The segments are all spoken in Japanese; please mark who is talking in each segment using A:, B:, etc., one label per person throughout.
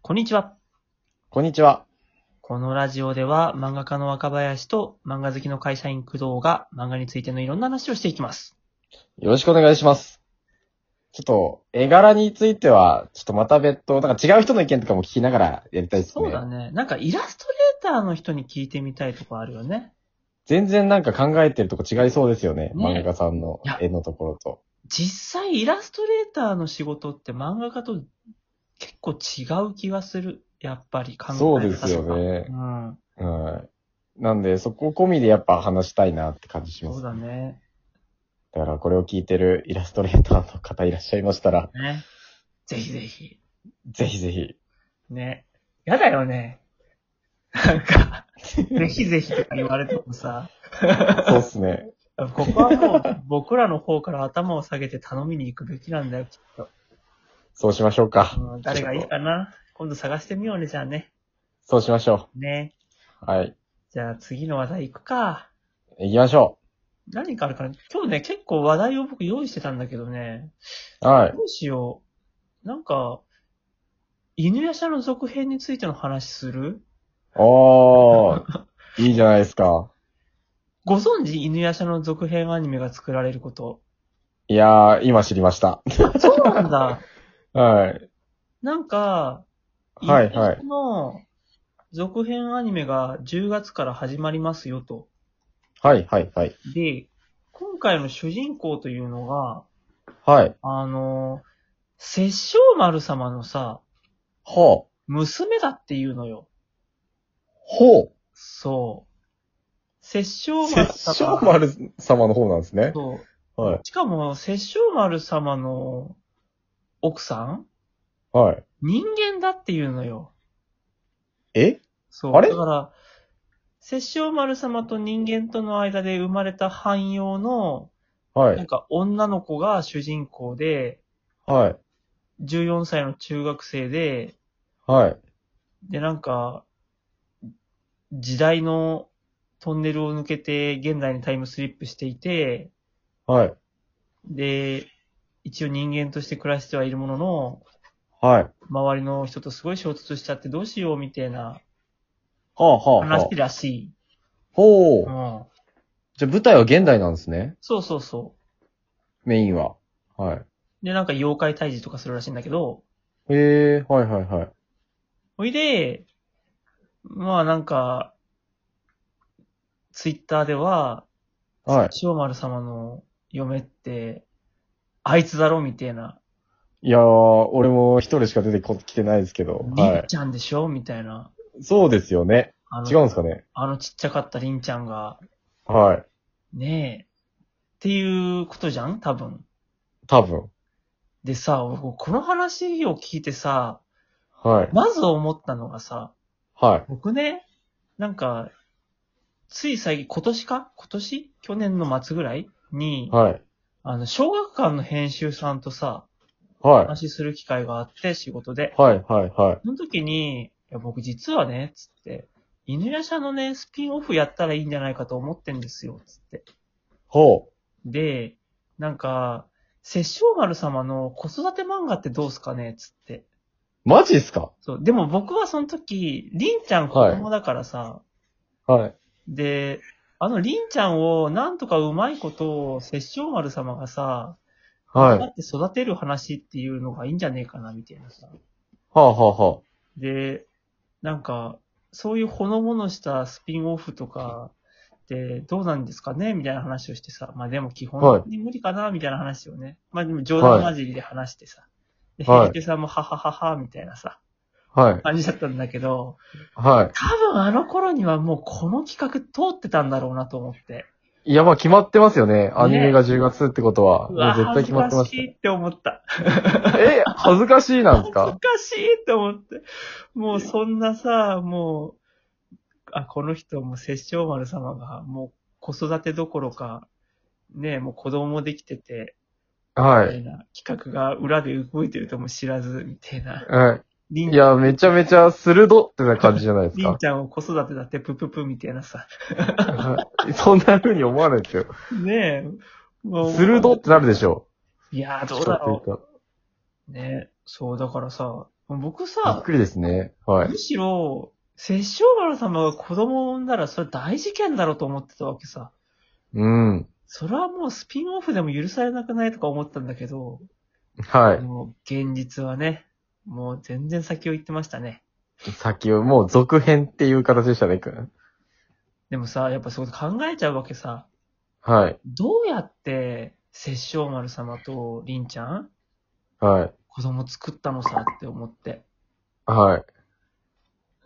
A: こんにちは。
B: こんにちは。
A: このラジオでは漫画家の若林と漫画好きの会社員工藤が漫画についてのいろんな話をしていきます。
B: よろしくお願いします。ちょっと、絵柄については、ちょっとまた別途、なんか違う人の意見とかも聞きながらやりたいですね。
A: そうだね。なんかイラストレーターの人に聞いてみたいとこあるよね。
B: 全然なんか考えてるとこ違いそうですよね。
A: ね
B: 漫画家さんの
A: いや
B: 絵のところと。
A: 実際イラストレーターの仕事って漫画家と結構違う気がする。やっぱり考え方
B: そう
A: と
B: で
A: か
B: すよね
A: う。ん。
B: はい。なんで、そこ込みでやっぱ話したいなって感じしま
A: そう
B: す。
A: だね。
B: だからこれを聞いてるイラストレーターの方いらっしゃいましたら、
A: ね。ぜひぜひ。
B: ぜひぜひ。
A: ね。やだよね。なんか、 ぜひぜひとか言われてもさ。
B: そうっすね。
A: ここはもう僕らの方から頭を下げて頼みに行くべきなんだよ。きっと
B: そうしましょうか
A: うん。誰がいいかな今度探してみようね、じゃあね。
B: そうしましょ
A: ね。
B: う。はい。
A: じゃあ次の話題行くか。
B: 行きましょ
A: 何かあるかな今日ね、結構話題を僕用意してたんだけどね。
B: う。はい。
A: どうしよう。なんか、犬やしゃの続編についての話する
B: お ー。いいじゃないですか。
A: ご存知犬やしゃの続編アニメが作られること。
B: いやー、今知りました。
A: そうなんだ。
B: はい。
A: なんか、
B: はい
A: 犬
B: は
A: 夜叉
B: い。
A: の続編アニメが10月から始まりますよと。
B: はいはいはい。
A: で、今回の主人公というのが、
B: はい。
A: あの、殺生丸様のさ、
B: ほう。
A: 娘だっていうのよ。
B: ほう。
A: そう。殺生丸
B: 殺生
A: 様。
B: 丸様の方なんですね。
A: そう。
B: はい。
A: しかも、殺生丸様の奥さん
B: はい。
A: 人間だっていうのよ。
B: え
A: そう。
B: あれ
A: だから、殺生丸様と人間との間で生まれた汎用の、
B: は
A: なん
B: い。
A: か女の子が主人公で、
B: はい。
A: 14歳の中学生で、
B: はい。
A: で、なんか、時代のトンネルを抜けて現代にタイムスリップしていて、
B: はい。
A: で、一応人間として暮らしてはいるものの、
B: はい。
A: 周りの人とすごい衝突しちゃってどうしようみたいな
B: はあはあはあ
A: 話らし
B: ほ
A: い。
B: う
A: う。ん。
B: じゃあ舞台は現代なんですね。
A: そうそうそ
B: メインは。はい。
A: う。で、なんか妖怪退治とかするらしいんだけど、
B: へえ、はいはいはい。
A: ほいで、まあなんか、ツイッターでは、
B: はい。
A: 塩丸様の嫁って、あいつだろみたいな。
B: いやー、俺も一人しか出てこ来てないですけど。
A: り
B: は
A: んちゃんでしょみたいな。
B: い。そうですよね。
A: あの
B: 違うんですかね。
A: あのちっちゃかったりんちゃんが、
B: はい。
A: ねえ。っていうことじゃん多分。
B: 多分。
A: でさ、僕この話を聞いてさ、
B: はい。
A: まず思ったのがさ、
B: はい。
A: 僕ね、なんか、つい最近、今年か今年去年の末ぐらいに、
B: はい。
A: あの、小学館の編集さんとさ、
B: はい。
A: 話する機会があって、仕事で。
B: はいはいはい。
A: その時に、いや僕実はね、つって、犬やしゃのね、スピンオフやったらいいんじゃないかと思ってんですよ、つって。
B: ほ
A: で、なんか、殺生丸様の子育て漫画ってどうすかね、つって。
B: う。マジっすか
A: そう、でも僕はその時、りんちゃん子供だからさ、
B: はい。
A: で、あのりんちゃんをなんとかうまいことを殺生丸様がさ、
B: はい。
A: だ
B: は
A: って育てる話っていうのがいいんじゃねえかな、みたいなさ。
B: あはあは
A: で、なんか、そういうほのぼのしたスピンオフとかってどうなんですかねみたいな話をしてさ。まあでも基本的に無理かなみたいな話をね。まあでも冗談交じりで話してさ。で、
B: はい
A: 平手さんもははははみたいなさ、
B: あ。はい。
A: 感じだったんだけど、
B: は
A: 多分あの頃にはもうこの企画通ってたんだろうなと思って。
B: い。いや、まあ決まってますよね。アニメが10月ってことは。
A: う
B: も
A: わ、
B: う絶対
A: 恥
B: 決
A: ず
B: まっ
A: か
B: てま
A: し
B: し
A: いって思った。
B: た。え、恥ずかしいなん
A: 恥
B: です
A: ずか
B: か
A: しいって思って。もうそんなさ、もう、あ、この人も殺生丸様が、もう子育てどころか、ねえ、もう子供もできてて、み
B: は
A: た
B: い。
A: いな企画が裏で動いてるとも知らず、みたいな。
B: は
A: り
B: い。
A: ん
B: いや、めちゃめちゃ鋭ってな感じじゃないです
A: りん
B: か。
A: ちゃんを子育てだってプププみたいなさ。
B: はいそんな風に思わないですよ。
A: ねえ。もう
B: 鋭ってなるでしょ
A: いやー、
B: う。
A: どうだろ
B: う。
A: う。ねえ。そう、だからさ、僕
B: びっ
A: さ、
B: くりですね。はい。
A: むしろ、殺生丸様が子供を産んだらそれ大事件だろうと思ってたわけさ。
B: うん。
A: それはもうスピンオフでも許されなくないとか思ったんだけど、
B: は
A: もう現実はね、もう全然先を行ってましたね。
B: い。先を、もう続編っていう形でしたね、くん。
A: でもさ、やっぱそういうこと考えちゃうわけさ。
B: はい。
A: どうやって、殺生丸様と凛ちゃん、
B: はい。
A: 子供作ったのさって思って。
B: はい。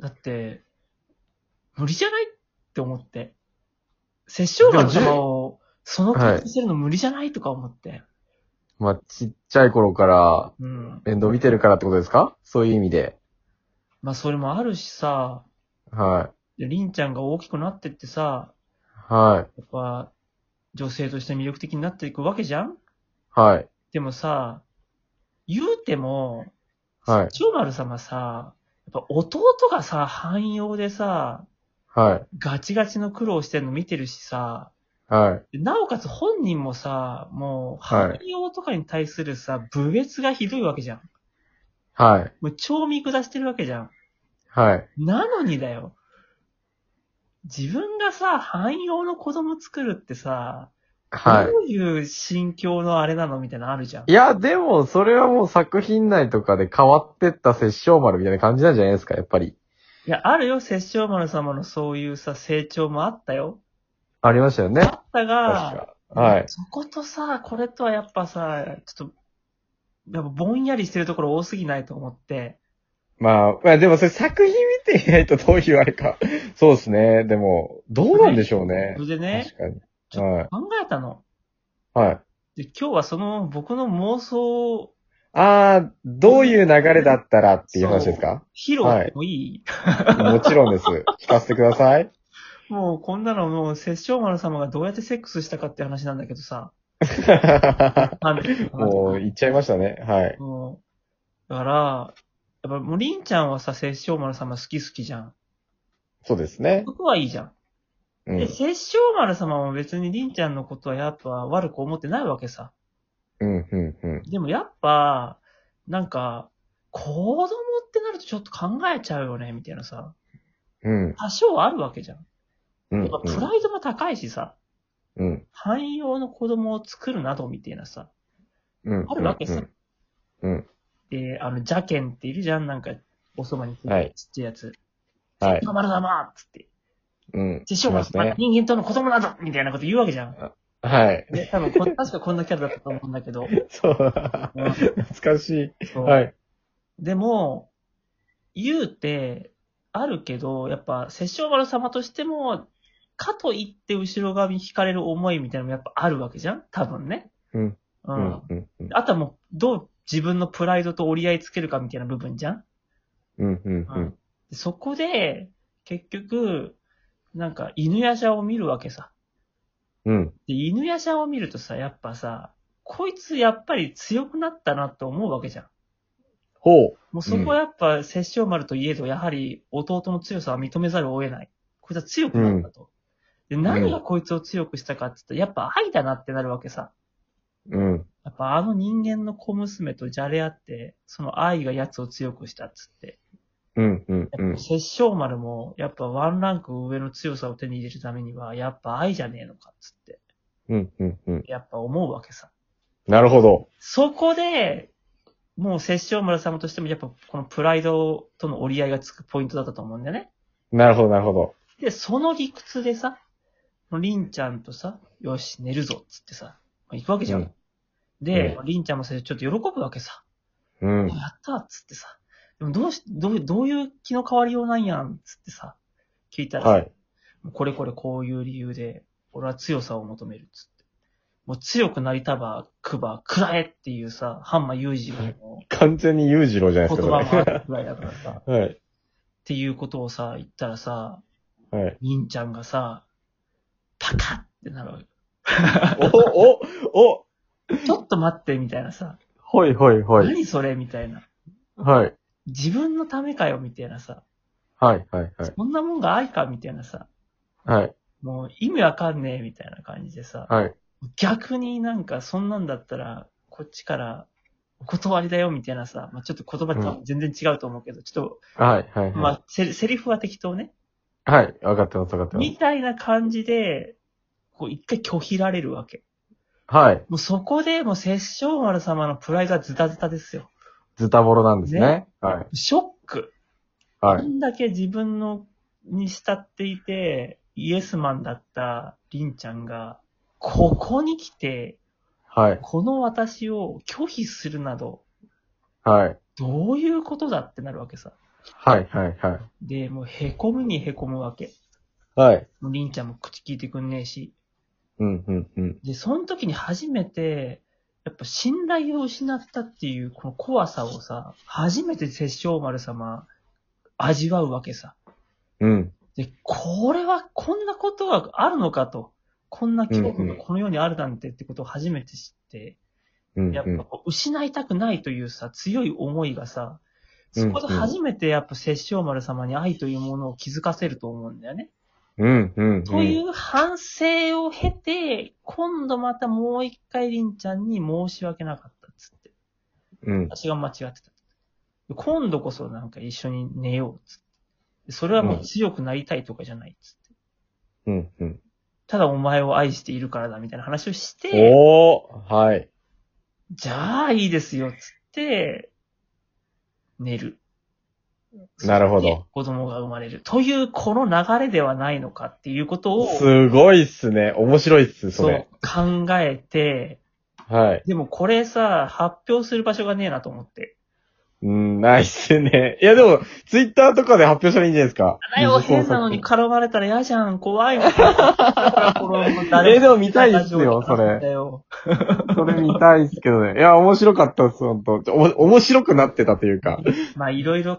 A: だって、無理じゃないって思って。殺生丸様を、その感じするの無理じゃないとか思って。
B: まあ、ちっちゃい頃から、
A: うん。
B: 面倒見てるからってことですかそういう意味で。
A: まあそれもあるしさ、
B: は
A: で凛ちゃんが大きくなってってさ、
B: い。はい。
A: やっぱ、女性として魅力的になっていくわけじゃん
B: はい。
A: でもさ、言うても、
B: はい。
A: 長丸様さ、やっぱ弟がさ、汎用でさ、
B: はい。
A: ガチガチの苦労してるの見てるしさ、
B: はい。
A: でなおかつ本人もさ、もう、
B: はい
A: 汎用とかに対するさ、侮蔑がひどいわけじゃん。
B: はい。
A: もう超見下してるわけじゃん。
B: はい。
A: なのにだよ。自分がさ、汎用の子供作るってさ、
B: はい
A: ど。ういう心境のあれなのみたいなのあるじゃん
B: い。や、でも、それはもう作品内とかで変わってった殺生丸みたいな感じなんじゃないですか、やっぱり。
A: いや、あるよ、殺生丸様のそういうさ、成長もあったよ。
B: ありましたよね。
A: あ
B: 確
A: ったが、
B: か。はい。
A: そことさ、これとはやっぱさ、ちょっと、やっぱぼんやりしてるところ多すぎないと思って、
B: まあ、まあでもそれ作品見ていないとどういうあれか。そうですね。でも、どうなんでしょうね
A: そ。れでね、
B: 確かに。
A: ちょっと考えたの。
B: はい。
A: で、今日はその僕の妄想を
B: ああ、どういう流れだったらっていう話ですか
A: 披露してもいい、
B: もちろんです。聞かせてください。
A: もうこんなのもう、殺生丸様がどうやってセックスしたかって話なんだけどさ、なんて いうのかな
B: もう、言っちゃいましたね。はい。
A: もうだから、やっぱもうりんちゃんはさ、殺生丸様好き好きじゃん。
B: そうですね。
A: 僕はいいじゃん。
B: う
A: で、
B: ん。
A: 殺生丸様も別にりんちゃんのことはやっぱ悪く思ってないわけさ。
B: うん、うん、うん。
A: でもやっぱ、なんか、子供ってなるとちょっと考えちゃうよね、みたいなさ。
B: うん、
A: 多少あるわけじゃん。
B: うん
A: やっぱプライドも高いしさ、
B: うん。
A: 汎用の子供を作るなどみたいなさ。
B: うん。
A: あるわけさ
B: うん。
A: で、あの、邪剣っているじゃん、なんか、おそばについて
B: は
A: る
B: い
A: ちっちゃいやつ。
B: はい。
A: まるだまっつって。
B: うん。
A: 師匠が
B: いますね。
A: 人間との子供などみたいなこと言うわけじゃん。
B: はい。
A: で多 分こ、確かこんなキャラだったと思うんだけど。
B: そう。
A: うん
B: 懐かし
A: そう
B: い。はい。
A: でも、言うて、あるけど、やっぱ、殺生丸様としても、かといって後ろ髪引かれる思いみたいなのもやっぱあるわけじゃん多分ね。
B: うん。
A: う。
B: うんん、うん、うん。
A: あとはもう、どう自分のプライドと折り合いつけるかみたいな部分じゃん
B: うん、うん、うん。
A: でそこで、結局、なんか、犬やしゃを見るわけさ。
B: うん。
A: で、犬やしゃを見るとさ、やっぱさ、こいつやっぱり強くなったなって思うわけじゃん。
B: ほう。
A: もうそこはやっぱ、殺生丸といえど、やはり弟の強さは認めざるを得ない。こいつは強くなったと。で、何がこいつを強くしたかって言ったら、やっぱ愛だなってなるわけさ。
B: うん。
A: やっぱあの人間の小娘とじゃれ合って、その愛が奴を強くしたっつって。
B: うん、うん、う
A: やっ
B: ん
A: ぱ。殺生丸も、やっぱワンランク上の強さを手に入れるためには、やっぱ愛じゃねえのかっつって、
B: うん、うん、うん。
A: やっぱ思うわけさ。
B: なるほど。
A: そこで、もう殺生丸様としても、やっぱこのプライドとの折り合いがつくポイントだったと思うんだよね。
B: なるほど、なるほど。
A: で、その理屈でさ、りんちゃんとさ、よし、寝るぞ、っつってさ、まあ行くわけじゃん。
B: うん
A: で、
B: う
A: りんちゃんも最初ちょっと喜ぶわけさ。
B: うん
A: や。ったーっつってさ。でもどうし、どう、どういう気の変わりようなんやん、つってさ、聞いたらさ、
B: はい。
A: もうこれこれこういう理由で、俺は強さを求める、つって。もう強くなりたば、くば、くらえっていうさ、ハンマー裕次郎の
B: 完全に裕次郎じゃない
A: 言
B: です
A: 葉も
B: か、
A: あるくらいだからさ、っ
B: それ。はい。
A: ていうことをさ、言ったらさ、
B: はい。
A: りんちゃんがさ、パカってなるわけ。
B: お、お、
A: ちょっと待って、みたいなさ。
B: おはい、はい、はい。
A: 何それみたいな。
B: はい。
A: 自分のためかよ、みたいなさ。
B: はい、はい、はい。
A: こんなもんが愛か、みたいなさ。
B: はい、
A: もう意味わかんねえ、みたいな感じでさ。
B: はい。
A: 逆になんか、そんなんだったら、こっちからお断りだよみたいなさ、まあ、ちょっと言葉とは全然違うと思うけど、ちょっ
B: はい、はい。
A: と、まあセリ、セリフは適当ね。
B: はい、わかってます、わかってま
A: み
B: す。
A: たいな感じで、こう一回拒否られるわけ。
B: はい。
A: もうそこでもう殺生丸様のプライドはズタズタですよ。
B: ズタボロなんですね。
A: ね
B: はい、
A: ショック。こ
B: はい。
A: んだけ自分のに慕っていて、イエスマンだったリンちゃんが、ここに来て、
B: はい、
A: この私を拒否するなど、
B: はい。
A: どういうことだってなるわけさ。
B: はい、はい、はい。
A: で、もう凹むに凹むわけ。
B: はい。
A: もうリンちゃんも口聞いてくんねえし。
B: うん、うん、うん。
A: で、その時に初めて、やっぱ信頼を失ったっていう、この怖さをさ、初めて殺生丸様、味わうわけさ。
B: うん。
A: で、これは、こんなことがあるのかと。こんな恐怖がこの世にあるなんてってことを初めて知って、
B: うん、
A: やっ
B: う
A: ぱ
B: ん。
A: こう失いたくないというさ、強い思いがさ、
B: うんう
A: そ
B: ん
A: こで初めてやっぱ殺生丸様に愛というものを気づかせると思うんだよね。
B: うん、うん。
A: という反省を経て、今度またもう一回りんちゃんに申し訳なかったっつって。
B: うん。
A: 私が間違ってた。今度こそなんか一緒に寝ようっつって。それはもう強くなりたいとかじゃないっつって。
B: うん、うん。
A: ただお前を愛しているからだみたいな話をして、
B: おーはい。
A: じゃあいいですよっつって、寝る。
B: なるほ
A: そして
B: ど。
A: 子供が生まれる。というこの流れではないのかっていうことを、
B: すごいっすね。面白いっす、そ
A: そう
B: れ。
A: 考えて、
B: はい。
A: でもこれさ、発表する場所がねえなと思って。
B: うん、ないっすね。いや、でも、ツイッターとかで発表したらいいんじゃないですか。
A: あよ、変なのに絡まれたら嫌じゃん、怖い もん。だからこの
B: えでも見たいですよそれ
A: だよ
B: それ見たいっすけどね。いや、面白かったっす、ほんと。おも面白くなってたというか。
A: まあ、いろいろ